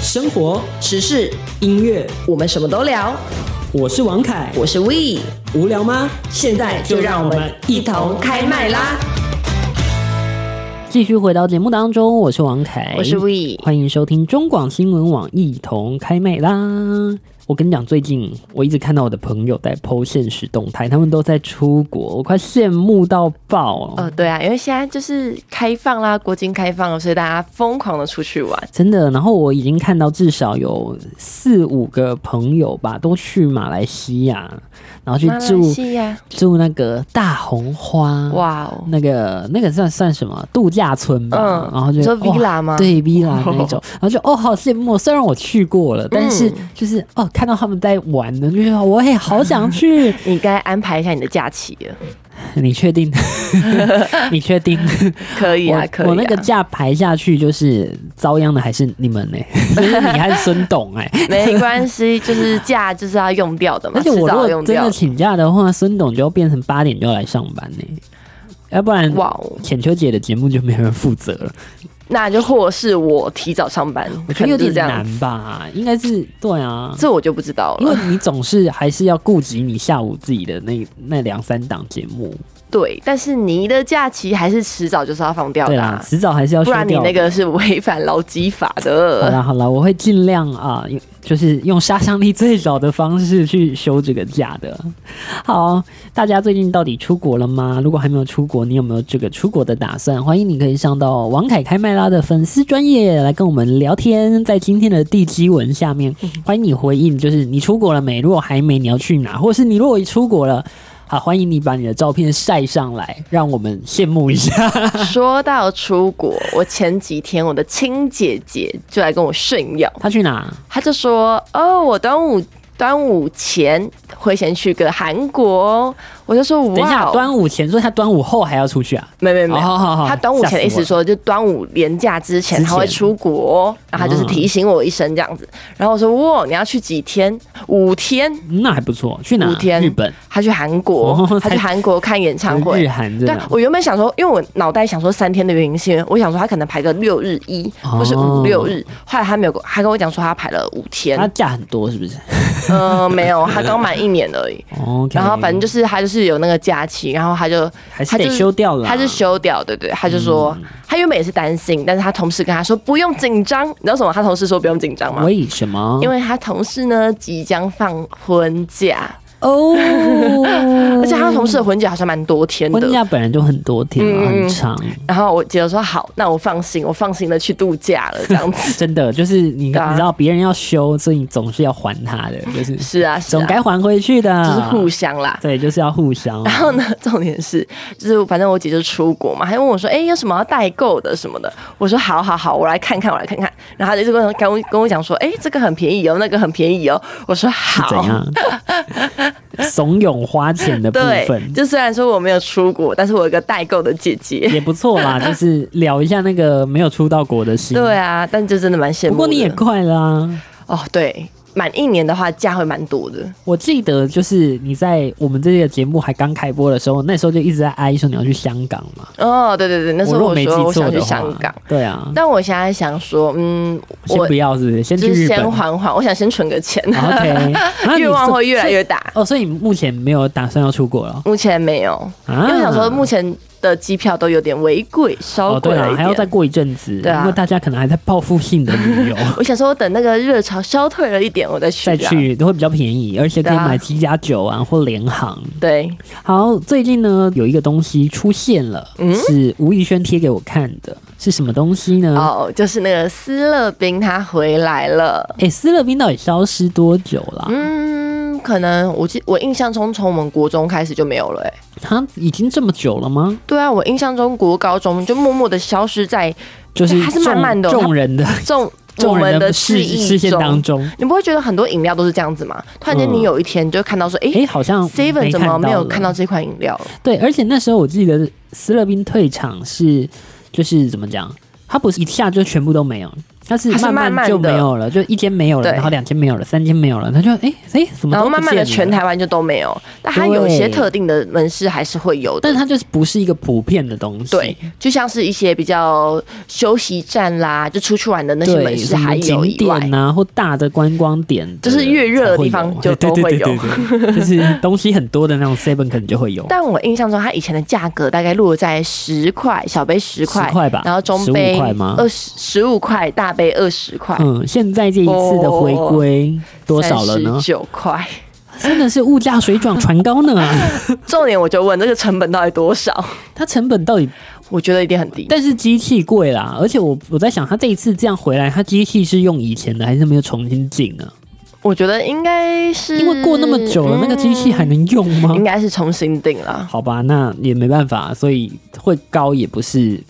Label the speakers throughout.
Speaker 1: 生活、
Speaker 2: 时事，
Speaker 1: 音乐，
Speaker 2: 我们什么都聊。
Speaker 1: 我是王凯。
Speaker 2: 我是 We，
Speaker 1: 无聊吗？
Speaker 2: 现在就让我们一同开麦啦！
Speaker 1: 继续回到节目当中，我是王凯，
Speaker 2: 我是 We，
Speaker 1: 欢迎收听中广新闻网一同开麦啦！我跟你讲，最近我一直看到我的朋友在 PO 现实动态，他们都在出国，我快羡慕到爆哦了。
Speaker 3: 呃，对啊，因为现在就是开放啦，国境开放了，所以大家疯狂的出去玩。
Speaker 1: 真的，然后我已经看到至少有四五个朋友吧，都去马来西亚，然后去
Speaker 3: 马来
Speaker 1: 住
Speaker 3: 西亚，
Speaker 1: 住那个大红花，
Speaker 3: 哇哦，
Speaker 1: 那个那个算算什么度假村吧，
Speaker 3: 嗯
Speaker 1: 然后就
Speaker 3: 你说
Speaker 1: 哇
Speaker 3: villa 吗
Speaker 1: 对 villa 那一种，然后就哦好羡慕，虽然我去过了，但是
Speaker 3: 嗯
Speaker 1: 就是、哦看到他们在玩的，就是我也好想 去。
Speaker 3: 你该安排一下你的假期了。
Speaker 1: 你确定？ 你确定？
Speaker 3: 可以啊，可
Speaker 1: 我
Speaker 3: 以、
Speaker 1: 我
Speaker 3: 啊。
Speaker 1: 那 个假排下去，就是遭殃的还是你 们呢、就是你还是孙董哎、
Speaker 3: 没关系，就是假就是要用掉的嘛，
Speaker 1: 而且我
Speaker 3: 迟
Speaker 1: 如
Speaker 3: 早要
Speaker 1: 果
Speaker 3: 用
Speaker 1: 真
Speaker 3: 掉
Speaker 1: 的。请假的话，孙董就要变成八点就要来上班呢、要不然
Speaker 3: 哇哦，
Speaker 1: 浅秋姐的节目就没有人负责了。
Speaker 3: 那就或是我提早上班，
Speaker 1: 我觉得有
Speaker 3: 可能就
Speaker 1: 点
Speaker 3: 是这样
Speaker 1: 难
Speaker 3: 子，
Speaker 1: 吧，应该是对啊，
Speaker 3: 这我就不知道
Speaker 1: 因为
Speaker 3: 了。
Speaker 1: 你总是还是要顾及你下午自己的那那两三档节目，
Speaker 3: 对，但是你的假期还是迟早就是要放掉
Speaker 1: 对
Speaker 3: 的、啊
Speaker 1: 啦，迟早还是要
Speaker 3: 不
Speaker 1: 休掉
Speaker 3: 然
Speaker 1: 的。
Speaker 3: 你那个是违反劳基法
Speaker 1: 好
Speaker 3: 的。
Speaker 1: 啦好啦，我会尽量啊，用就是用杀伤力最少的方式去休这个假的。好，大家最近到底出国了吗？如果还没有出国，你有没有这个出国的打算？欢迎你可以上到王凯开麦拉的粉丝专业来跟我们聊天。在今天的地基文下面，欢迎你回应，就是你出国了没？如果还没，你要去哪？或是你如果出国了，好，欢迎你把你的照片晒上来，让我们羡慕一下。
Speaker 3: 说到出国，我前几天我的亲姐姐就来跟我炫耀，
Speaker 1: 他去哪？
Speaker 3: 她就说：“哦，我端午端午前会先去个韩国哦。”我就说：“
Speaker 1: 等一
Speaker 3: 哇
Speaker 1: 下，
Speaker 3: 哦，
Speaker 1: 端午前，所以他端午后还要出去啊？
Speaker 3: 没没没有，
Speaker 1: 好好好
Speaker 3: 他端午前的意思说，就端午连假之前
Speaker 1: 之前
Speaker 3: 他会出国哦，然后他就是提醒我一声这样子。然后我说哇，你要去几天？五天？
Speaker 1: 嗯那还不错，去哪？
Speaker 3: 五天
Speaker 1: 日本。
Speaker 3: 他去韩国，
Speaker 1: 哦
Speaker 3: 他去韩国看演唱
Speaker 1: 日
Speaker 3: 会。
Speaker 1: 韩真
Speaker 3: 对
Speaker 1: 的
Speaker 3: 啊，我原本想说，因为我脑袋想说三天的原因，是因为我想说他可能排个六日一，或是
Speaker 1: 哦
Speaker 3: 五六日。后来他没有跟，他跟我讲说他排了五天
Speaker 1: 它，假很多是不是
Speaker 3: 嗯，没有，他刚满一年 而已。
Speaker 1: ？OK，
Speaker 3: 然后反正就是他就是有那个假期，然后他就
Speaker 1: 还是
Speaker 3: 他
Speaker 1: 得
Speaker 3: 就
Speaker 1: 休嗯掉了啊
Speaker 3: 他是休掉，对对，他就说、他原本也是担心，但是他同事跟他说不用紧张，你知道为什么？他同事说不用紧张吗？
Speaker 1: 为什么？
Speaker 3: 因为他同事呢即将放婚假，
Speaker 1: 哦，
Speaker 3: 而且他同事的婚假好像蛮多天
Speaker 1: 嗯婚
Speaker 3: 的。
Speaker 1: 假本来就很多天了，
Speaker 3: 嗯
Speaker 1: 很长，
Speaker 3: 然后我姐就说好，那我放心，我放心的去度假了，这样子。
Speaker 1: 真的就是你你
Speaker 3: 对啊
Speaker 1: 知道别人要休，所以你总是要还他的，就是
Speaker 3: 是啊，是
Speaker 1: 总
Speaker 3: 啊，
Speaker 1: 该还回去的，
Speaker 3: 就是互相啦。
Speaker 1: 对，就是要互 相。
Speaker 3: 然后呢，重点是，就是反正我姐就出国嘛，她就问我说：“哎、有什么要代购的什么的？”我说：“好好好，我来看看，我来看看。”然后她就一直嗯跟我跟我跟我讲说：“哎、这个很便宜哦，那个很便宜哦。”我说：“
Speaker 1: 是怎
Speaker 3: 好。
Speaker 1: 样？怂恿花钱的”部
Speaker 3: 对
Speaker 1: 分，
Speaker 3: 就虽然说我没有出国，但是我有一个代购的姐姐。
Speaker 1: 也不错啦，就是聊一下那个没有出到国的心。
Speaker 3: 对，啊，但就真的蛮羡慕的。
Speaker 1: 不过你也快啦、
Speaker 3: 哦，对，满一年的话，假会蛮多的。
Speaker 1: 我记得就是你在我们这个节目还刚开播的时候，那时候就一直在哀说你要去香港嘛。
Speaker 3: 哦，对对对，那时
Speaker 1: 我
Speaker 3: 候
Speaker 1: 如果
Speaker 3: 我
Speaker 1: 没记
Speaker 3: 说我
Speaker 1: 错
Speaker 3: 想去
Speaker 1: 的话，
Speaker 3: 香港，
Speaker 1: 对啊，
Speaker 3: 但我现在想说，嗯，
Speaker 1: 先
Speaker 3: 我
Speaker 1: 不要是不是？先去
Speaker 3: 就是
Speaker 1: 日本哦啊
Speaker 3: 先。缓 缓，我想先存个钱，
Speaker 1: OK，那你
Speaker 3: 愿望会越来
Speaker 1: 所以
Speaker 3: 越大。
Speaker 1: 哦，所以你目前没有打算要出国了
Speaker 3: 目前没有，
Speaker 1: 啊
Speaker 3: 因为想说目前的机票都有点违规，稍
Speaker 1: 哦，
Speaker 3: 贵
Speaker 1: 对
Speaker 3: 了
Speaker 1: 啊，
Speaker 3: 一
Speaker 1: 还
Speaker 3: 点。
Speaker 1: 要再过一阵子，
Speaker 3: 对啊啊
Speaker 1: 因为大家可能还在报复性的旅 游，
Speaker 3: 我想说，等那个热潮消退了一点，我再去。
Speaker 1: 再。
Speaker 3: 啊
Speaker 1: 去都会比较便宜，而且可以
Speaker 3: 对啊
Speaker 1: 买七加九啊或联航。
Speaker 3: 对，
Speaker 1: 好，最近呢有一个东西出现了，
Speaker 3: 嗯
Speaker 1: 是吴宇轩贴给我看的，是什么东西呢？
Speaker 3: 哦，就是那个斯乐冰他回来了。
Speaker 1: 哎、斯乐冰到底消失多久啦？
Speaker 3: 嗯，可能我记我印象中从我们国中开始就没有了、欸。
Speaker 1: 它、已经这么久了吗？
Speaker 3: 对啊，我印象中国高中就默默的消失在
Speaker 1: 就是
Speaker 3: 它是
Speaker 1: 众
Speaker 3: 慢慢的哦
Speaker 1: 众人的
Speaker 3: 众我
Speaker 1: 众
Speaker 3: 们
Speaker 1: 人
Speaker 3: 的
Speaker 1: 视
Speaker 3: 记
Speaker 1: 视
Speaker 3: 忆
Speaker 1: 线当
Speaker 3: 中。
Speaker 1: 中。
Speaker 3: 你不会觉得很多饮料都是这样子吗？突然间，
Speaker 1: 嗯
Speaker 3: 你有一天就看到说，哎、
Speaker 1: 哎、好像
Speaker 3: Seven 怎么没有看
Speaker 1: 到
Speaker 3: 到
Speaker 1: 了？
Speaker 3: 这款饮料了？
Speaker 1: 对，而且那时候我记得斯乐冰退场是就是怎么讲，它不是一下就全部都没有，但是
Speaker 3: 它是
Speaker 1: 慢
Speaker 3: 慢慢
Speaker 1: 就没
Speaker 3: 的
Speaker 1: 有了，就一天没有了，
Speaker 3: 对
Speaker 1: 然后两天没有了，三天没有了，他就哎哎、什么
Speaker 3: 然
Speaker 1: 都
Speaker 3: 后
Speaker 1: 不
Speaker 3: 慢慢的
Speaker 1: 见
Speaker 3: 全
Speaker 1: 了
Speaker 3: 台湾就都没有，但它有一些
Speaker 1: 对
Speaker 3: 特定的门市还是会有的
Speaker 1: 但。它就是不是一个普遍的东西。
Speaker 3: 对，就像是一些比较休息站啦，就出去玩的那些
Speaker 1: 对，
Speaker 3: 门市
Speaker 1: 什么
Speaker 3: 还有
Speaker 1: 景
Speaker 3: 以外
Speaker 1: 点，啊呐、或大的观光点的才会有，
Speaker 3: 就是越热的地方就都会有
Speaker 1: 啊对对对 对对就是东西很多的那种 seven 可能就会有。
Speaker 3: 但我印象中，它以前的价格大概落在十块，小杯十块，
Speaker 1: 10块吧
Speaker 3: 然后中
Speaker 1: 15
Speaker 3: 杯
Speaker 1: 块吗
Speaker 3: 二十十五块，大杯二十块，
Speaker 1: 嗯，现在这一次的回归多少了呢？
Speaker 3: 九块。
Speaker 1: 真的是物价水涨船高呢、
Speaker 3: 重点我就问这个成本到底多少？
Speaker 1: 它成本到底？
Speaker 3: 我觉得一定很低。
Speaker 1: 但是机器贵啦，而且我我在想，它这一次这样回来，它机器是用以前的还是没有重新进呢？
Speaker 3: 我觉得应该是嗯
Speaker 1: 因为过那么久了，那个机器还能用吗？
Speaker 3: 应该是重新定了。
Speaker 1: 好吧，那也没办法，所以会高也不是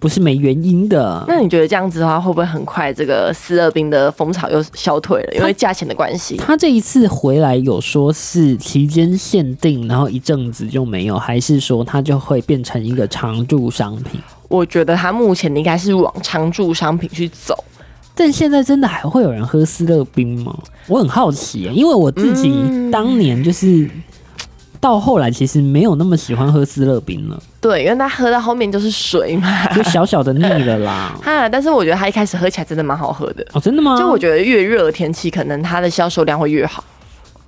Speaker 1: 不是没原因的。
Speaker 3: 那你觉得这样子的话，会不会很快这个四二冰的风潮又消退了？因为价钱的关系。
Speaker 1: 他这一次回来有说是期间限定，然后一阵子就没有，还是说它就会变成一个常驻商品？
Speaker 3: 我觉得它目前应该是往常驻商品去走。
Speaker 1: 但现在真的还会有人喝斯乐冰吗？我很好奇耶、因为我自己
Speaker 3: 嗯
Speaker 1: 当年就是、到后来其实没有那么喜欢喝斯乐冰了，
Speaker 3: 对，因为它喝到后面就是水嘛。。
Speaker 1: 就小小的腻了啦
Speaker 3: 哈，但是我觉得它一开始喝起来真的蛮好喝的。
Speaker 1: 哦，真的吗？
Speaker 3: 就我觉得越热的天气，可能它的销售量会越好，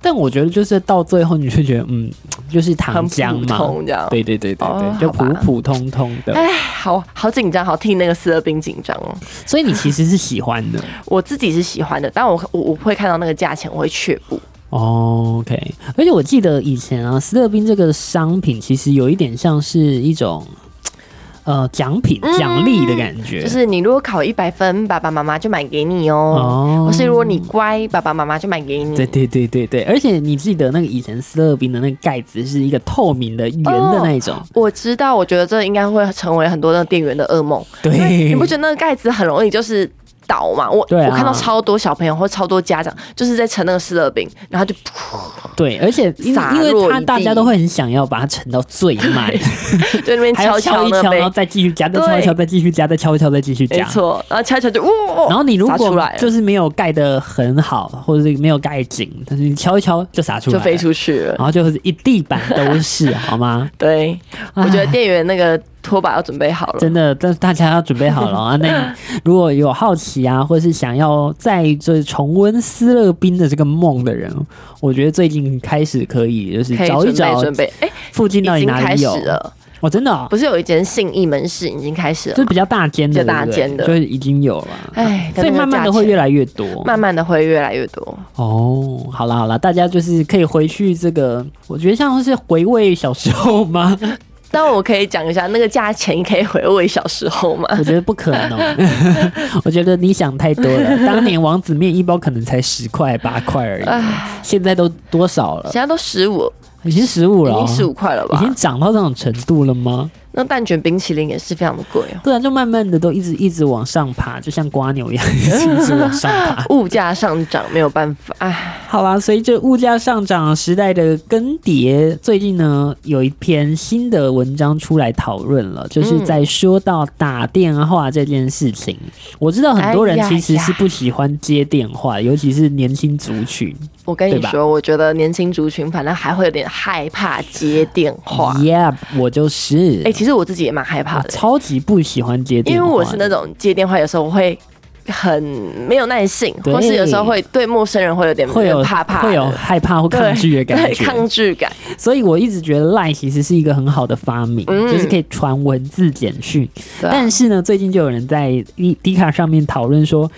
Speaker 1: 但我觉得就是到最后你就觉得，嗯，就是
Speaker 3: 很
Speaker 1: 糖
Speaker 3: 普
Speaker 1: 浆嘛，
Speaker 3: 通这样。
Speaker 1: 对对对对对，
Speaker 3: 哦
Speaker 1: 就
Speaker 3: 好
Speaker 1: 普
Speaker 3: 吧
Speaker 1: 普通通的。
Speaker 3: 哎，好好紧张，好替那个四二冰紧张哦。
Speaker 1: 所以你其实是喜欢 的。
Speaker 3: 我自己是喜欢的，但我我我会看到那个价钱，我会却步。
Speaker 1: 哦 OK，而且我记得以前啊，斯乐冰这个商品其实有一点像是一种呃奖品奖励的感觉，
Speaker 3: 嗯就是你如果考一百分，爸爸妈妈就买给你哦；
Speaker 1: 哦
Speaker 3: 或是如果你乖，爸爸妈妈就买给你。
Speaker 1: 对对对对对，而且你记得那个以前斯乐冰的那个盖子是一个透明的圆的那一种，
Speaker 3: 我知道，我觉得这应该会成为很多那个店员的噩梦。
Speaker 1: 对
Speaker 3: 你不觉得那个盖子很容易就是倒嘛？我、
Speaker 1: 对啊
Speaker 3: 我看到超多小朋友或超多家长就是在盛那个湿乐冰，然后就噗
Speaker 1: 对，而且因为
Speaker 3: 洒
Speaker 1: 因为
Speaker 3: 落
Speaker 1: 它
Speaker 3: 一
Speaker 1: 大家
Speaker 3: 地
Speaker 1: 都会很想要把它盛到最满，
Speaker 3: 在那边
Speaker 1: 还要
Speaker 3: 敲
Speaker 1: 敲一
Speaker 3: 那
Speaker 1: 敲，然后
Speaker 3: 杯，
Speaker 1: 再继续加，再敲一
Speaker 3: 对
Speaker 1: 敲，再继续加，再敲一敲，再继续
Speaker 3: 没
Speaker 1: 加。
Speaker 3: 错，然后敲一敲就呜、哦
Speaker 1: 然后你如
Speaker 3: 洒出
Speaker 1: 果
Speaker 3: 来了
Speaker 1: 就是没有盖的很好，或者是没有盖紧，但是你敲一敲就洒出来，
Speaker 3: 就飞，出去了。
Speaker 1: 然后就是一地板都 是，好吗？
Speaker 3: 对，我觉得店员那个拖把要准备好了。
Speaker 1: 真的，但是大家要准备好了啊！ 那你如果有好奇啊，或是想要再就是重温斯乐冰的这个梦的人，我觉得最近开始可以就是
Speaker 3: 可以
Speaker 1: 找一
Speaker 3: 准
Speaker 1: 找
Speaker 3: 备准备，哎、
Speaker 1: 附近到
Speaker 3: 已
Speaker 1: 底
Speaker 3: 经
Speaker 1: 哪
Speaker 3: 开
Speaker 1: 里
Speaker 3: 始
Speaker 1: 有。
Speaker 3: 了，
Speaker 1: 哦，真的、哦，
Speaker 3: 不是有一间信义门市已经开始了
Speaker 1: 就是
Speaker 3: 吗，
Speaker 1: 比较大间的，
Speaker 3: 比较
Speaker 1: 对
Speaker 3: 大
Speaker 1: 不对
Speaker 3: 间的
Speaker 1: 就是已经有了。
Speaker 3: 哎，
Speaker 1: 所以
Speaker 3: 但那个
Speaker 1: 慢慢
Speaker 3: 价
Speaker 1: 的会
Speaker 3: 钱
Speaker 1: 越来越多，
Speaker 3: 慢慢的会越来越多。
Speaker 1: 哦，好啦好啦，大家就是可以回去这个，我觉得像是回味小时候吗？
Speaker 3: 但我可以讲一下，那个价钱可以回味小时候吗？
Speaker 1: 我觉得不可能，哦 我觉得你想太多了。当年王子面一包可能才十块八块而已，现在都多少了？
Speaker 3: 现在都十五，
Speaker 1: 已经十五
Speaker 3: 已
Speaker 1: 了哦、
Speaker 3: 经十五块了
Speaker 1: 已
Speaker 3: 吧
Speaker 1: 经？涨到这种程度了吗？
Speaker 3: 那蛋卷冰淇淋也是非常的贵哦，
Speaker 1: 对啊，就慢慢的都一直一直往上爬，就像瓜 牛一样，一直往上爬。
Speaker 3: 物价上涨没有办法，哎唉，
Speaker 1: 好啦，随着物价上涨时代的更迭，最近呢有一篇新的文章出来讨论了，就是在说到打电话这件事情。我知道很多人
Speaker 3: 哎呀
Speaker 1: 其实是
Speaker 3: 呀
Speaker 1: 不喜欢接电话，尤其是年轻族群。
Speaker 3: 我跟你
Speaker 1: 对吧
Speaker 3: 说，我觉得年轻族群反正还会有点害怕接电话。
Speaker 1: Yeah，我就是，
Speaker 3: 哎、其实我自己也蛮害
Speaker 1: 嗯
Speaker 3: 怕
Speaker 1: 我
Speaker 3: 的，
Speaker 1: 超级不喜欢接
Speaker 3: 因
Speaker 1: 电
Speaker 3: 为
Speaker 1: 话的，
Speaker 3: 我是那种接电话有时候我会很没有耐性，
Speaker 1: 对
Speaker 3: 或是有时候会对陌生人会有点
Speaker 1: 会有
Speaker 3: 怕怕的，
Speaker 1: 会有害怕或
Speaker 3: 对
Speaker 1: 抗拒的感
Speaker 3: 对
Speaker 1: 觉，
Speaker 3: 抗拒感。
Speaker 1: 所以我一直觉得赖其实是一个很好的发明，
Speaker 3: 嗯
Speaker 1: 就是可以传文字简讯。
Speaker 3: 对啊
Speaker 1: 但是呢，最近就有人在 D D 卡上面讨论说，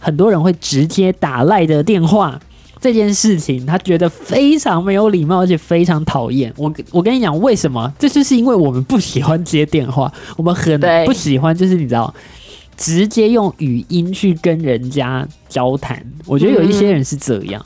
Speaker 1: 很多人会直接打赖的电话。这件事情，他觉得非常没有礼貌，而且非常讨厌。我跟我跟你讲，为什么？这就是因为我们不喜欢接电话，我们很
Speaker 3: 对
Speaker 1: 不喜欢，就是你知道，直接用语音去跟人家交谈。我觉得有一些人是这样，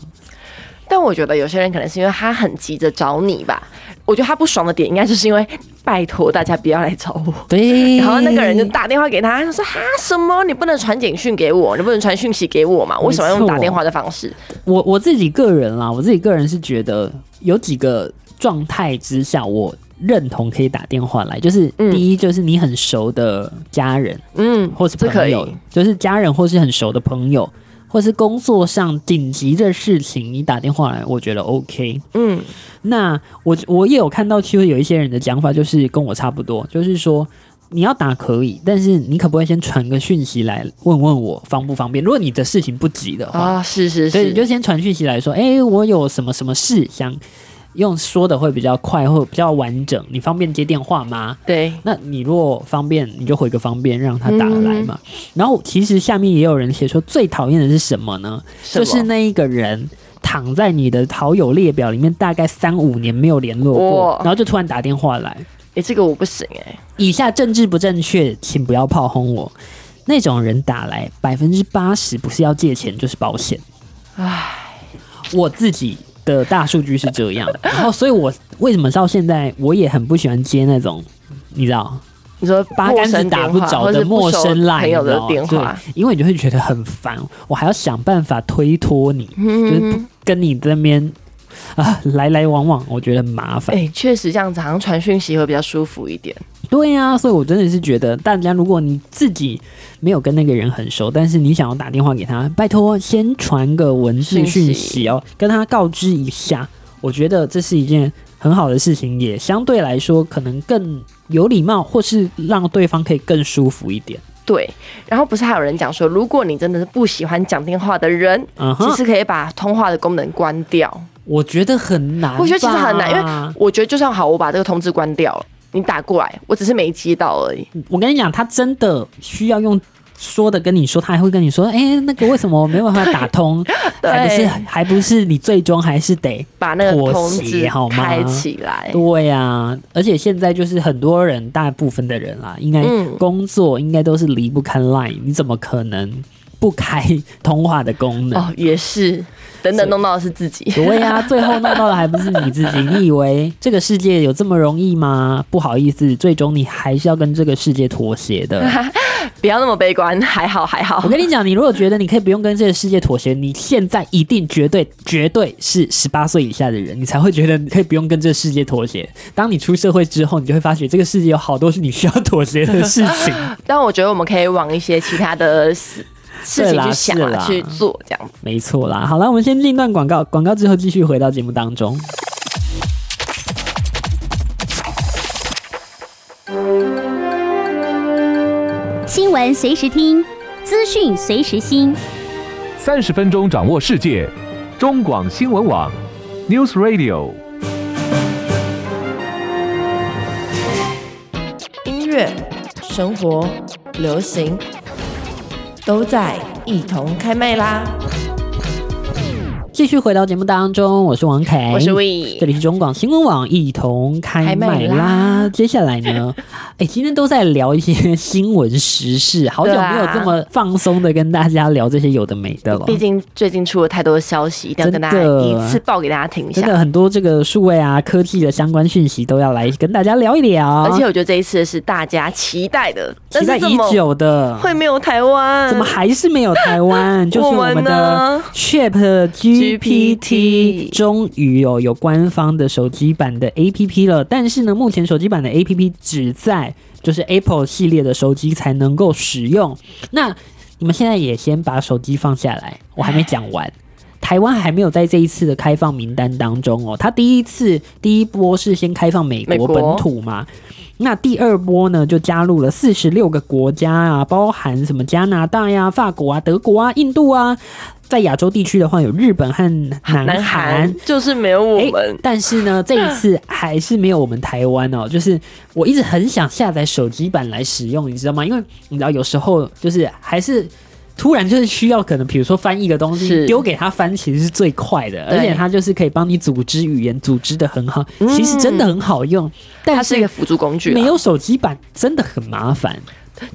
Speaker 3: 但我觉得有些人可能是因为他很急着找你吧，我觉得他不爽的点应该就是因为拜托大家不要来找我。
Speaker 1: 对。
Speaker 3: 然后那个人就打电话给他，他说：“哈什么？你不能传简讯给我，你不能传讯息给我嘛？为什么要用打电话的方式？
Speaker 1: 我我自己个人啦，我自己个人是觉得有几个状态之下，我认同可以打电话来，就是第一就是你很熟的家人，
Speaker 3: 嗯，
Speaker 1: 或是
Speaker 3: 这可
Speaker 1: 朋
Speaker 3: 以
Speaker 1: 友，就是家人或是很熟的朋友，或是工作上紧急的事情，你打电话来，我觉得 OK。
Speaker 3: 嗯，
Speaker 1: 那我我也有看到，其实有一些人的讲法就是跟我差不多，就是说。你要打可以，但是你可不可以先传个讯息来问问我方不方便？如果你的事情不急的话，
Speaker 3: 啊，是是
Speaker 1: 所以
Speaker 3: 是，
Speaker 1: 你就先传讯息来说，哎、我有什么什么事想用说的会比较快，或比较完整，你方便接电话吗？
Speaker 3: 对，
Speaker 1: 那你若方便，你就回个方便，让他打来嘛。
Speaker 3: 嗯
Speaker 1: 然后其实下面也有人写说，最讨厌的是什么呢？
Speaker 3: 什
Speaker 1: 就是
Speaker 3: 么
Speaker 1: 那一个人躺在你的好友列表里面，大概三五年没有联络过
Speaker 3: 哇，
Speaker 1: 然后就突然打电话来。
Speaker 3: 哎，这个我不行哎，
Speaker 1: 以下政治不正确，请不要炮轰我。那种人打来，百分之八十不是要借钱就是保险。唉，我自己的大数据是这样，然后所以我为什么到现在我也很不喜欢接那种，你知道，
Speaker 3: 你说
Speaker 1: 八
Speaker 3: 陌
Speaker 1: 竿子
Speaker 3: 生
Speaker 1: 打
Speaker 3: 电
Speaker 1: 不
Speaker 3: 话
Speaker 1: 着
Speaker 3: 或
Speaker 1: 的
Speaker 3: 是不
Speaker 1: 陌
Speaker 3: 熟
Speaker 1: 生赖
Speaker 3: 朋友的电话，
Speaker 1: 对，因为你就会觉得很烦，我还要想办法推脱你，就是不跟你这边啊来来往往，我觉得很麻烦。
Speaker 3: 哎，确实这样子，好像传讯息会比较舒服一点。
Speaker 1: 对呀、所以我真的是觉得，大家如果你自己没有跟那个人很熟，但是你想要打电话给他，拜托先传个文字
Speaker 3: 讯息
Speaker 1: 讯息哦，跟他告知一下。我觉得这是一件很好的事情，也相对来说可能更有礼貌，或是让对方可以更舒服一点。
Speaker 3: 对，然后不是还有人讲说，如果你真的是不喜欢讲电话的人，
Speaker 1: 嗯
Speaker 3: 其
Speaker 1: 哼，
Speaker 3: 实可以把通话的功能关掉。
Speaker 1: 我觉得很难吧，
Speaker 3: 我觉得其实很难，因为我觉得就算好，我把这个通知关掉了，你打过来，我只是没接到而已。
Speaker 1: 我跟你讲，他真的需要用说的跟你说，他还会跟你说，哎、那个为什么我没有办法打 通？
Speaker 3: 对
Speaker 1: 还不是还不是你最终还是得
Speaker 3: 把那个
Speaker 1: 妥
Speaker 3: 通
Speaker 1: 协
Speaker 3: 知
Speaker 1: 好吗
Speaker 3: 开起来。
Speaker 1: 对呀、而且现在就是很多人，大部分的人啊啦，应该
Speaker 3: 嗯
Speaker 1: 工作应该都是离不开 Line，你怎么可能不开通话的功能？
Speaker 3: 哦，也是，等等弄到的是自己。
Speaker 1: 对呀、最后闹到的还不是你自己？你以为这个世界有这么容易吗？不好意思，最终你还是要跟这个世界妥协 的。
Speaker 3: 不要那么悲观， 还好还好
Speaker 1: 我。跟你讲，你如果觉得你可以不用跟这个世界妥协，你现在一定绝对绝对是十八岁以下的人，你才会觉得你可以不用跟这个世界妥协。当你出社会之后，你就会发觉这个世界有好多是你需要妥协的事 情。
Speaker 3: 但我觉得我们可以往一些其他的事事情去想
Speaker 1: 是啦
Speaker 3: 啊，去做这样子。
Speaker 1: 没错啦，好啦，我们先进段广告，广告之后继续回到节目当中。
Speaker 4: 新闻随时听，资讯随时新。
Speaker 5: 三十分钟掌握世界，中广新闻网，News Radio。
Speaker 2: 音乐、生活、流行，都在一同开麦啦！
Speaker 1: 继续回到节目当中，我是王凯，
Speaker 3: 我是
Speaker 1: 这
Speaker 3: We，
Speaker 1: 里是中广新闻网，一同开麦
Speaker 3: 开麦
Speaker 1: 啦。接下来 呢，哎，今天都在聊一些新闻时事，好久
Speaker 3: 对啊
Speaker 1: 没有这么放松的跟大家聊这些有的没的了。
Speaker 3: 毕竟最近出了太多的消息，一定要跟大家
Speaker 1: 真的
Speaker 3: 一次报给大家听一
Speaker 1: 真
Speaker 3: 下。
Speaker 1: 的很多这个数位啊、科技的相关讯息都要来跟大家聊一聊，
Speaker 3: 而且我觉得这一次是大家期待的，
Speaker 1: 啊期待
Speaker 3: 但是怎
Speaker 1: 已
Speaker 3: 么
Speaker 1: 久的。
Speaker 3: 会没有台湾？
Speaker 1: 怎么还是没有台 湾？就是我们的
Speaker 3: 呢
Speaker 1: Chat GPT
Speaker 3: GPT
Speaker 1: 终于哦有有官方的手机版的 APP 了，但是呢，目前手机版的 APP 只在就是 Apple 系列的手机才能够使用。那你们现在也先把手机放下来，我还没讲完。台湾还没有在这一次的开放名单当中哦，它第一次第一波是先开放美
Speaker 3: 美
Speaker 1: 国
Speaker 3: 国
Speaker 1: 本土嘛，那第二波呢就加入了四十六个国家啊，包含什么加拿大呀、法国啊、德国啊、印度啊，在亚洲地区的话有日本和南韩
Speaker 3: 南韩。就是没有我
Speaker 1: 诶
Speaker 3: 们？
Speaker 1: 但是呢，这一次还是没有我们台湾哦。 就是我一直很想下载手机版来使用，你知道吗？因为你知道有时候就是还是突然就是需要，可能比如说翻译个东西，
Speaker 3: 是
Speaker 1: 丢给他翻其实是最快的，
Speaker 3: 对嗯
Speaker 1: 而且它就是可以帮你组织语言，组织的很好，其实真的很好用。但
Speaker 3: 它是一个辅助工具啊，
Speaker 1: 没有手机版真的很麻烦，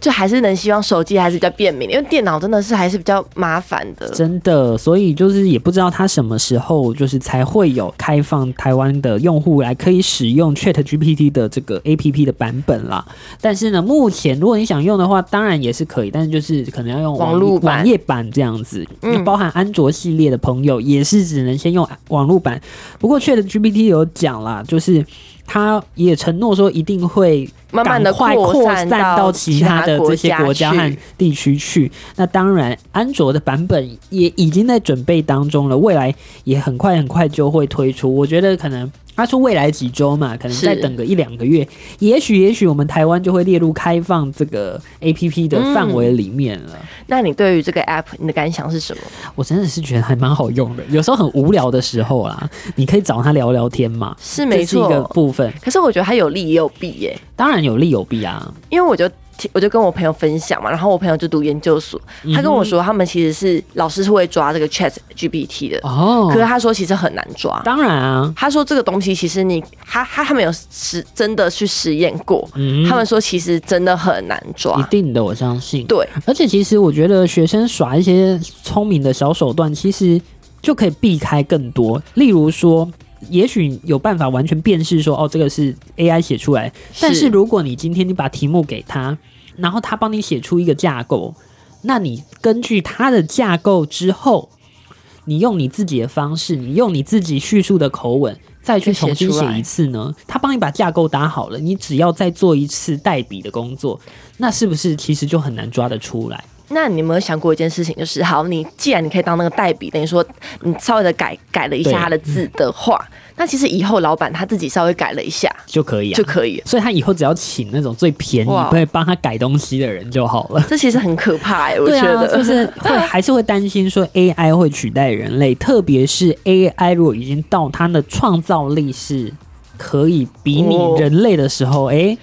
Speaker 3: 就还是能希望手机还是比较便民，因为电脑真的是还是比较麻烦的。
Speaker 1: 真的，所以就是也不知道它什么时候就是才会有开放台湾的用户来可以使用 Chat GPT 的这个 A P P 的版本啦。但是呢，目前如果你想用的话，当然也是可以，但是就是可能要用
Speaker 3: 网络版
Speaker 1: 网页版这样子。那
Speaker 3: 嗯
Speaker 1: 包含安卓系列的朋友也是只能先用网络版。不过 Chat GPT 有讲啦，就是他也承诺说一定会
Speaker 3: 慢慢地
Speaker 1: 赶快
Speaker 3: 扩
Speaker 1: 扩
Speaker 3: 散
Speaker 1: 散
Speaker 3: 到
Speaker 1: 到
Speaker 3: 其
Speaker 1: 其
Speaker 3: 他
Speaker 1: 他的
Speaker 3: 国
Speaker 1: 这些
Speaker 3: 家
Speaker 1: 国家和
Speaker 3: 去
Speaker 1: 地区去。那当然，安卓的版本也已经在准备当中了，未来也很快很快就会推出。我觉得可能。他说未来几周嘛，可能
Speaker 3: 是
Speaker 1: 再等个一两个月，也许也许我们台湾就会列入开放这个 A P P 的范围里面了。
Speaker 3: 那你对于这个 app 你的感想是什么？
Speaker 1: 我真的是觉得还蛮好用的，有时候很无聊的时候啦，你可以找他聊聊天嘛，
Speaker 3: 是没
Speaker 1: 这是一个
Speaker 3: 错，
Speaker 1: 部分。
Speaker 3: 可是我觉得它有利也有弊耶、
Speaker 1: 当然有利有弊啊，
Speaker 3: 因为我就听我就跟我朋友分享嘛，然后我朋友就读研究所，
Speaker 1: 嗯
Speaker 3: 他跟我说他们其实是老师是会抓这个 Chat GPT 的，
Speaker 1: 哦
Speaker 3: 可是他说其实很难抓。
Speaker 1: 当然啊，
Speaker 3: 他说这个东西其实你他他他们有实真的去实验过，
Speaker 1: 嗯
Speaker 3: 他们说其实真的很难
Speaker 1: 一
Speaker 3: 抓。
Speaker 1: 定的，我相信。
Speaker 3: 对，
Speaker 1: 而且其实我觉得学生耍一些聪明的小手段，其实就可以避开更多。例如说，也许有办法完全辨识说，哦，这个是 AI 写出来。但是如果你今天你把题目给他，然后他帮你写出一个架构，那你根据他的架构之后，你用你自己的方式，你用你自己叙述的口吻。再去
Speaker 3: 去写
Speaker 1: 重新
Speaker 3: 出
Speaker 1: 写
Speaker 3: 来
Speaker 1: 一次呢？他帮你把架构搭好了，你只要再做一次代笔的工作，那是不是其实就很难抓得出来？
Speaker 3: 那你有没有想过一件事情，就是好，你既然你可以当那个代笔，等于说你稍微的改改了一下
Speaker 1: 对
Speaker 3: 他的字的话，那其实以后老板他自己稍微改了一下
Speaker 1: 就可以啊，
Speaker 3: 就可以了。
Speaker 1: 所以他以后只要请那种最便宜
Speaker 3: 哇
Speaker 1: 会帮他改东西的人就好了。
Speaker 3: 这其实很可怕哎、我
Speaker 1: 对
Speaker 3: 觉
Speaker 1: 啊，
Speaker 3: 得、
Speaker 1: 就是会还是会担心说 AI 会取代人类，特别是 AI 如果已经到它的创造力是可以比拟
Speaker 3: 哦
Speaker 1: 人类的时候，诶，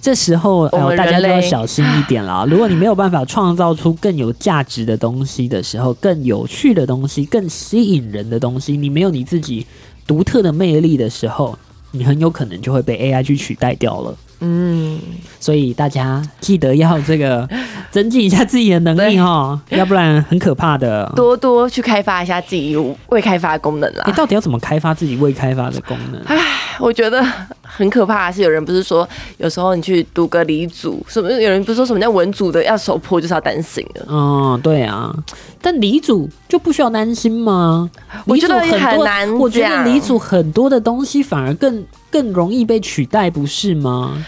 Speaker 1: 这时候哎
Speaker 3: 我
Speaker 1: 呦
Speaker 3: 们
Speaker 1: 大家
Speaker 3: 人
Speaker 1: 就要
Speaker 3: 类
Speaker 1: 小心一点 啦。如果你没有办法创造出更有价值的东西的时候，更有趣的东西，更吸引人的东西，你没有你自己独特的魅力的时候，你很有可能就会被 AI 去取代掉了。
Speaker 3: 嗯，
Speaker 1: 所以大家记得要这个 增进一下自己的能力哦，要不然很可怕的。
Speaker 3: 多多去开发一下自己未开发的功能啦。
Speaker 1: 你到底要怎么开发自己未开发的功能？
Speaker 3: 我觉得很可怕的是，有人不是说有时候你去读个理组，什么有人不是说什么叫文组的要手破就是要担心了。
Speaker 1: 嗯，对啊，但李主就不需要担心吗？
Speaker 3: 我觉得
Speaker 1: 李主很
Speaker 3: 很
Speaker 1: 多，
Speaker 3: 难
Speaker 1: 我觉得
Speaker 3: 讲
Speaker 1: 李主很多的东西反而更更容易被取代，不是吗？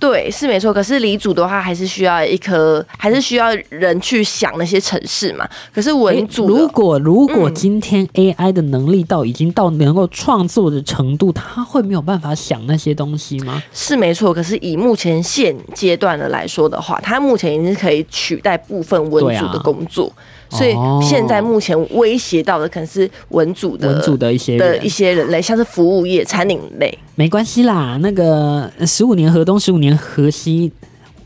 Speaker 3: 对，是没错。可是理组的话，还是需要一颗，还是需要人去想那些城市嘛。可是文组的
Speaker 1: 如果如果
Speaker 3: 嗯
Speaker 1: 今天 AI 的能力到已经到能够创作的程度，他会没有办法想那些东西吗？
Speaker 3: 是没错，可是以目前现阶段的来说的话，它目前已经可以取代部分文组的工作，
Speaker 1: 对啊
Speaker 3: 所以
Speaker 1: 哦
Speaker 3: 现在目前威胁到的可能是文组的
Speaker 1: 文组的一些
Speaker 3: 的
Speaker 1: 人
Speaker 3: 一些人类，像是服务业、餐饮 类。
Speaker 1: 没关系啦，那个呃十五年河东，十五年河西，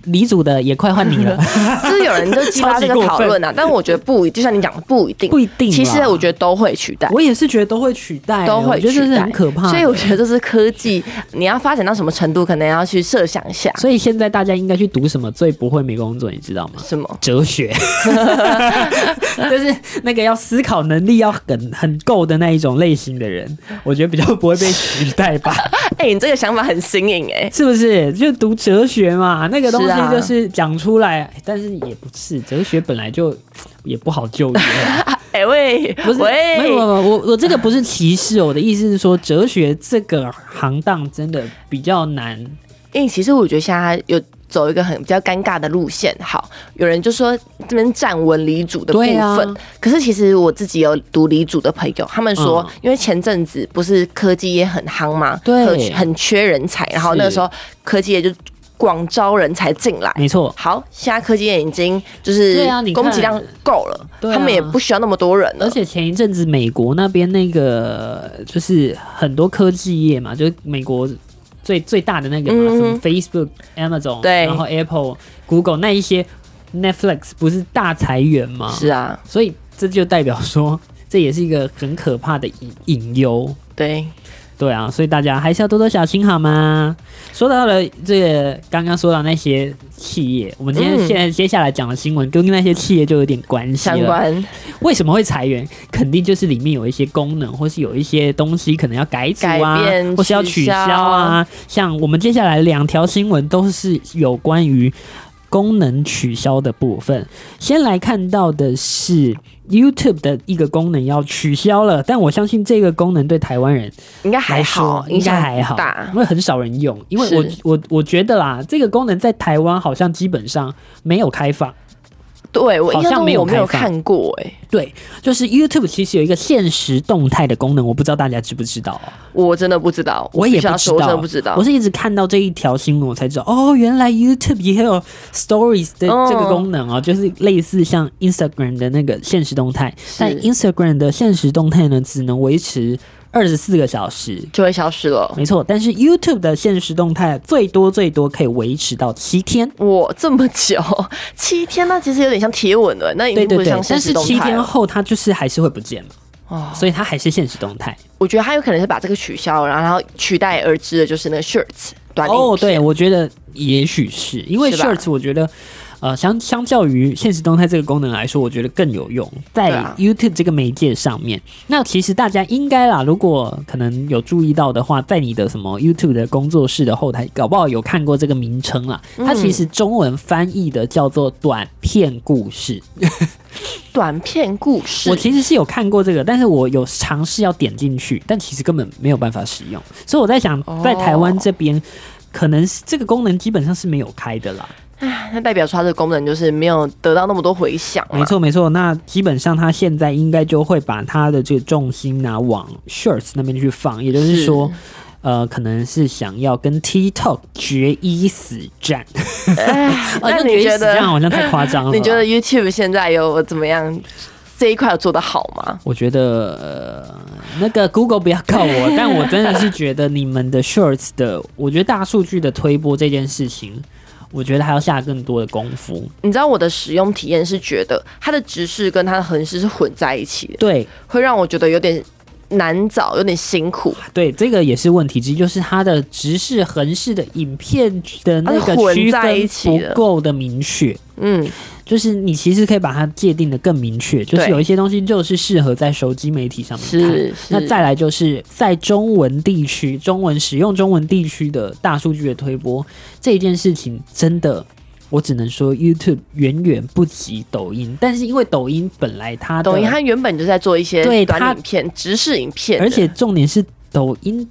Speaker 1: 李主的也快换你 了，
Speaker 3: 就是有人就激发这
Speaker 1: 超级过分
Speaker 3: 个讨论啊，但我觉得不一，就像你讲的不一定，
Speaker 1: 不一定啦
Speaker 3: 其实我觉得都会取代。
Speaker 1: 我也是觉得都会取代，
Speaker 3: 都
Speaker 1: 我
Speaker 3: 会
Speaker 1: 觉得
Speaker 3: 取
Speaker 1: 这
Speaker 3: 代，
Speaker 1: 是很可怕的。
Speaker 3: 所以我觉得这是科技，你要发展到什么程度，可能要去设想一下
Speaker 1: 所以现在大家应该去读什么最不会没工作，你知道吗？
Speaker 3: 什么。
Speaker 1: 哲 学， 就是那个要思考能力要很很够的那一种类型的人，我觉得比较不会被取代 吧。
Speaker 3: 哎、你这个想法很新颖哎、
Speaker 1: 是不是？就读哲学嘛，那个东
Speaker 3: 是啊
Speaker 1: 西就是讲出来，哎但是也不是哲学本来就也不好就业啊、
Speaker 3: 哎、喂，
Speaker 1: 不是，
Speaker 3: 喂，
Speaker 1: 没有没有，我我这个不是歧视哦，我的意思是说，哲学这个行当真的比较难。
Speaker 3: 因为其实我觉得现在有走一个很比较尴尬的路线。好，有人就说这边站文理组的部
Speaker 1: 对
Speaker 3: 分，
Speaker 1: 啊
Speaker 3: 可是其实我自己有读理组的朋友，他们说，
Speaker 1: 嗯
Speaker 3: 因为前阵子不是科技业很夯嘛，
Speaker 1: 对
Speaker 3: 很很缺人才，然后那个时候科技业就广招人才进来。
Speaker 1: 没错，
Speaker 3: 好，现在科技业已经就是
Speaker 1: 嗯对啊你看
Speaker 3: 供给量够了，
Speaker 1: 对啊
Speaker 3: 他们也不需要那么多人了
Speaker 1: 而。且前一阵子美国那边那个就是很多科技业嘛，就是美国最最大的那个嘛，
Speaker 3: 嗯
Speaker 1: 什么 Facebook、Amazon，
Speaker 3: 对
Speaker 1: 然后 Apple、Google 那一些 Netflix 不是大裁员吗？
Speaker 3: 是啊，
Speaker 1: 所以这就代表说，这也是一个很可怕的隐隐忧。
Speaker 3: 对，
Speaker 1: 对啊，所以大家还是要多多小心好吗？说到了这个，刚刚说到那些企业，我们今天
Speaker 3: 嗯
Speaker 1: 现在接下来讲的新闻跟那些企业就有点关系
Speaker 3: 相
Speaker 1: 了。
Speaker 3: 关
Speaker 1: 为什么会裁员？肯定就是里面有一些功能，或是有一些东西可能要改组啊
Speaker 3: 改变，
Speaker 1: 或是要取消啊。像我们接下来两条新闻都是有关于功能取消的部分。先来看到的是 YouTube 的一个功能要取消了，但我相信这个功能对台湾人
Speaker 3: 应该
Speaker 1: 来
Speaker 3: 还
Speaker 1: 说
Speaker 3: 好，
Speaker 1: 应该还
Speaker 3: 影响
Speaker 1: 好
Speaker 3: 不大，
Speaker 1: 因为很少人用。因为我
Speaker 3: 是
Speaker 1: 我我觉得啦，这个功能在台湾好像基本上没有开放。
Speaker 3: 对我
Speaker 1: 好
Speaker 3: 印象
Speaker 1: 像没
Speaker 3: 中
Speaker 1: 有
Speaker 3: 我没有
Speaker 1: 开放
Speaker 3: 看过哎、
Speaker 1: 对，就是 YouTube 其实有一个限时动态的功能，我不知道大家知不知道哦、
Speaker 3: 我真的不知道，
Speaker 1: 我
Speaker 3: 必
Speaker 1: 也
Speaker 3: 须要
Speaker 1: 不知
Speaker 3: 说
Speaker 1: 道，
Speaker 3: 我真的不知道
Speaker 1: 我。是一直看到这一条新闻，我才知道哦，原来 YouTube 也有 Stories 的
Speaker 3: 哦
Speaker 1: 这个功能哦，就是类似像 Instagram 的那个现实动态，但 Instagram 的现实动态呢，只能维持二十四个小时。
Speaker 3: 就会消失了。
Speaker 1: 没错，但是 YouTube 的现实动态最多最多可以维持到七天，
Speaker 3: 我这么久 七天，那其实有点像贴文了，那已
Speaker 1: 对
Speaker 3: 经
Speaker 1: 对
Speaker 3: 不
Speaker 1: 对
Speaker 3: 像，
Speaker 1: 但
Speaker 3: 现
Speaker 1: 是
Speaker 3: 实动
Speaker 1: 七
Speaker 3: 态
Speaker 1: 天
Speaker 3: 了。
Speaker 1: 后它就是还是会不见了，
Speaker 3: 哦
Speaker 1: 所以它还是现实动态。
Speaker 3: 我觉得他有可能是把这个取消，然后然后取代而之的就是那个 shirts 短影
Speaker 1: 哦，
Speaker 3: 片
Speaker 1: 对，我觉得也许是因为
Speaker 3: 是吧
Speaker 1: Shorts，我觉得呃相相较于现实动态这个功能来说，我觉得更有用在
Speaker 3: 对啊
Speaker 1: YouTube 这个媒介上面。那其实大家应该啦，如果可能有注意到的话，在你的什么 YouTube 的工作室的后台，搞不好有看过这个名称啦。它其
Speaker 3: 嗯
Speaker 1: 实中文翻译的叫做短片故事。
Speaker 3: 短片故事。
Speaker 1: 我其实是有看过这个，但是我有尝试要点进去，但其实根本没有办法使用。所以我在想，
Speaker 3: 哦
Speaker 1: 在台湾这边。可能是这个功能基本上是没有开的啦，
Speaker 3: 那代表说它的功能就是没有得到那么多回响啊嘛
Speaker 1: 没，错没错，那基本上他现在应该就会把他的这个重心拿往 Shirts 那边去放，也就是说，呃，可能是想要跟 TikTok 决一死战。
Speaker 3: 哎
Speaker 1: 好
Speaker 3: 那
Speaker 1: 像
Speaker 3: 你
Speaker 1: 决一
Speaker 3: 觉
Speaker 1: 死战
Speaker 3: 得
Speaker 1: 好像太夸张了吧？
Speaker 3: 你觉得 YouTube 现在有怎么样这一块有做得好吗？
Speaker 1: 我觉得、呃、那个 Google 不要告 我，但我真的是觉得你们的 Shorts 的，我觉得大数据的推播这件事情，我觉得还要下更多的功夫。
Speaker 3: 你知道我的使用体验是觉得它的直视跟它的横视是混在一起的，
Speaker 1: 对
Speaker 3: 会让我觉得有点难找，有点辛苦。
Speaker 1: 对，这个也是问题之一，就是它的直视、横视的影片的那
Speaker 3: 它是
Speaker 1: 个
Speaker 3: 混
Speaker 1: 区
Speaker 3: 在
Speaker 1: 分
Speaker 3: 一起
Speaker 1: 不
Speaker 3: 的
Speaker 1: 够的明确。
Speaker 3: 嗯，
Speaker 1: 就是你其实可以把它界定的更明确，就是
Speaker 3: 对
Speaker 1: 有一些东西就是适合在手机媒体上面看。
Speaker 3: 是
Speaker 1: 那
Speaker 3: 是
Speaker 1: 再来就是在中文地区，中文使用中文地区的大数据的推播这一件事情，真的。我只能说，YouTube 远远不及抖音，但是因为抖音本来它的
Speaker 3: 抖音它原本就在做一些
Speaker 1: 对它
Speaker 3: 短影片、直视影片的，
Speaker 1: 而且重点是抖音，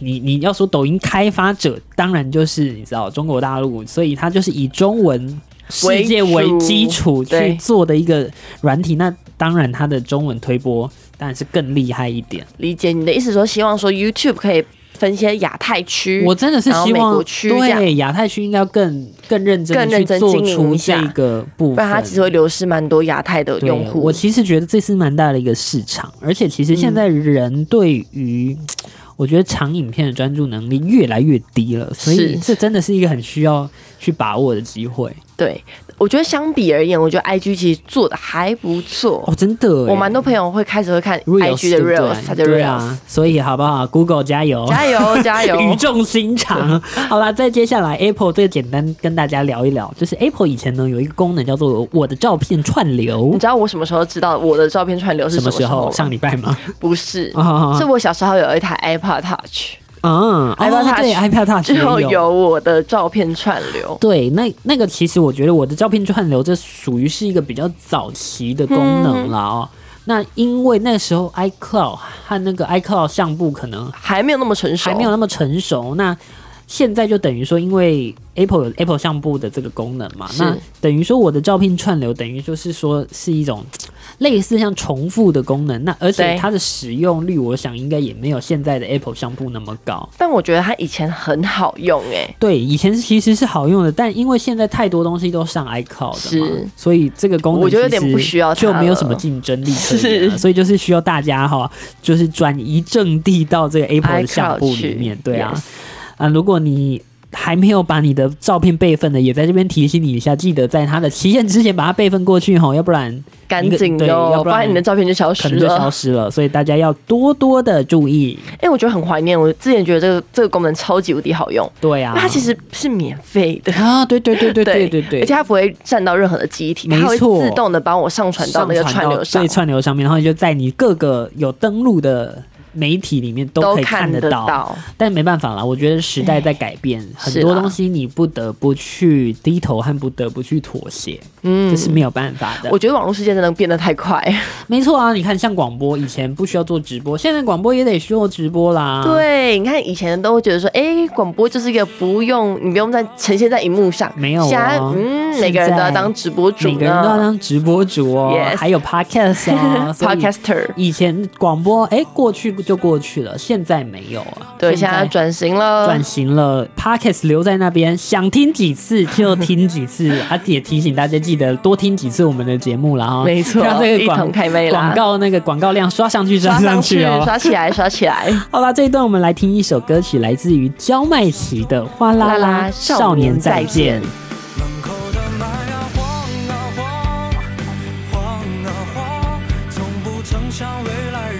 Speaker 1: 你你要说抖音开发者，当然就是你知道中国大陆，所以它就是以中文世界为基础
Speaker 3: 主对
Speaker 1: 去做的一个软体。那当然，它的中文推播当然是更厉害一点。
Speaker 3: 理解你的意思说，希望说 YouTube 可以分一些亚太区。
Speaker 1: 我真的是
Speaker 3: 然后
Speaker 1: 希
Speaker 3: 美
Speaker 1: 望
Speaker 3: 国区这样
Speaker 1: 对亚太区应该要更更认真
Speaker 3: 更
Speaker 1: 的去
Speaker 3: 认真
Speaker 1: 做
Speaker 3: 经营
Speaker 1: 出
Speaker 3: 一下
Speaker 1: 这个部
Speaker 3: 不
Speaker 1: 分
Speaker 3: 然。它其实会流失蛮多亚太的
Speaker 1: 对
Speaker 3: 用户。嗯
Speaker 1: 我其实觉得这是蛮大的一个市场，而且其实现在人对于、我觉得长影片的专注能力越来越低了，所以
Speaker 3: 是
Speaker 1: 这真的是一个很需要去把握的机会
Speaker 3: 对，我觉得相比而言，我觉得 IG 其实做的还不错。
Speaker 1: 哦，真的耶。
Speaker 3: 我蛮多朋友会开始会看
Speaker 1: Reels
Speaker 3: IG 的
Speaker 1: 对不对
Speaker 3: Reels，它的
Speaker 1: 对
Speaker 3: Reels，
Speaker 1: 啊，所以好不好？Google 加油！
Speaker 3: 加 油加
Speaker 1: 语
Speaker 3: 油！
Speaker 1: 重心 长。好啦，再接下来 Apple 这个简单跟大家聊一聊，就是 Apple 以前呢有一个功能叫做“我的照片串流
Speaker 3: 你”，知道我什么时候知道我的照片串流是
Speaker 1: 什
Speaker 3: 么
Speaker 1: 么时候？
Speaker 3: 吗
Speaker 1: 上礼拜吗？
Speaker 3: 不 是
Speaker 1: 啊啊啊，
Speaker 3: 是我小时候有一台 iPod Touch，
Speaker 1: 嗯
Speaker 3: iPad
Speaker 1: 哦
Speaker 3: Touch
Speaker 1: 对 iPad Touch
Speaker 3: 之后
Speaker 1: 也
Speaker 3: 有我的照片串流。
Speaker 1: 对，那那个其实我觉得我的照片串流这属于是一个比较早期的功能了哦。
Speaker 3: 嗯
Speaker 1: 那因为那时候 iCloud 和那个 iCloud 相簿可能
Speaker 3: 还没有那么成熟，
Speaker 1: 还没有那么成熟，那现在就等于说，因为 Apple 有 Apple 相簿的这个功能嘛，
Speaker 3: 是
Speaker 1: 那等于说我的照片串流等于就是说是一种类似像重复的功能，那而且
Speaker 3: 对
Speaker 1: 它的使用率，我想应该也没有现在的 Apple 相簿那么高。
Speaker 3: 但我觉得它以前很好用哎、
Speaker 1: 对，以前其实是好用的，但因为现在太多东西都上 iCloud 的嘛
Speaker 3: 是，
Speaker 1: 所以这个功能
Speaker 3: 我觉得有点
Speaker 1: 其实
Speaker 3: 不需要它
Speaker 1: 就
Speaker 3: 了
Speaker 1: 没有什么竞争力可言了，
Speaker 3: 是
Speaker 1: 所以就是需要大家哈，就是转移阵地到这个 Apple 的
Speaker 3: iCloud
Speaker 1: 相簿里
Speaker 3: 去
Speaker 1: 面，对啊
Speaker 3: yes，
Speaker 1: 啊，如果你。还没有把你的照片备份的，也在这边提醒你一下，记得在它的期限之前把它备份过去吼，要不然
Speaker 3: 赶紧
Speaker 1: 对
Speaker 3: 哟，
Speaker 1: 要不
Speaker 3: 不
Speaker 1: 然
Speaker 3: 然你的照片就消失
Speaker 1: 可能就消
Speaker 3: 了。
Speaker 1: 失了。所以大家要多多的注意。
Speaker 3: 哎、我觉得很怀念，我之前觉得这个这个功能超级无敌好用，
Speaker 1: 对啊
Speaker 3: 因为，它其实是免费的。
Speaker 1: 啊，对对对对对对对，
Speaker 3: 而且它不会占到任何的记忆体，
Speaker 1: 没
Speaker 3: 它会
Speaker 1: 错
Speaker 3: 自动的帮我上传到那个
Speaker 1: 上
Speaker 3: 串
Speaker 1: 传到
Speaker 3: 流上
Speaker 1: 对。串流上面，然后你就在你各个有登录的媒体里面都
Speaker 3: 都
Speaker 1: 可以
Speaker 3: 看
Speaker 1: 得
Speaker 3: 得
Speaker 1: 到。
Speaker 3: 到嗯
Speaker 1: 但没办法啦，我觉得时代在改变，很
Speaker 3: 是啊
Speaker 1: 多
Speaker 3: 啦
Speaker 1: 东西你不得不去低头和不得不去妥协，
Speaker 3: 嗯
Speaker 1: 这是没有办法的。
Speaker 3: 我觉得网络世界真的变得太快，
Speaker 1: 没错啊，你看像广播以前不需要做直播，现在广播也得需要直播啦。。
Speaker 3: 对，你看以前都会觉得说，哎，广播就是一个不用你不用再呈现在荧幕上，
Speaker 1: 没有哦
Speaker 3: 现在嗯，
Speaker 1: 现
Speaker 3: 每个人都要
Speaker 1: 在
Speaker 3: 当直播主
Speaker 1: 每个人都要
Speaker 3: 呢
Speaker 1: 当直播主哦
Speaker 3: Yes
Speaker 1: 还有 podcast 哦所以
Speaker 3: ，podcaster，
Speaker 1: 以前广播哎、过去就过去了，现在没有啊。
Speaker 3: 对，现在转型了，
Speaker 1: 转型了，podcast 留在那边，想听几次就听几 次。阿姐提醒大家记得多听几次我们的节目啦哦，
Speaker 3: 没错
Speaker 1: 让这个
Speaker 3: 一同
Speaker 1: 广
Speaker 3: 开麦啦
Speaker 1: 广告那个广告量刷上去，
Speaker 3: 刷
Speaker 1: 上
Speaker 3: 上去，
Speaker 1: 哦。
Speaker 3: 刷起来，刷起来。
Speaker 1: 好啦，这一段我们来听一首歌曲，来自于焦麦琪的《哗啦
Speaker 3: 啦
Speaker 1: 啦
Speaker 3: 啦
Speaker 1: 少年再见》。
Speaker 6: 门口的麦啊晃啊晃，晃啊晃，从不曾想未来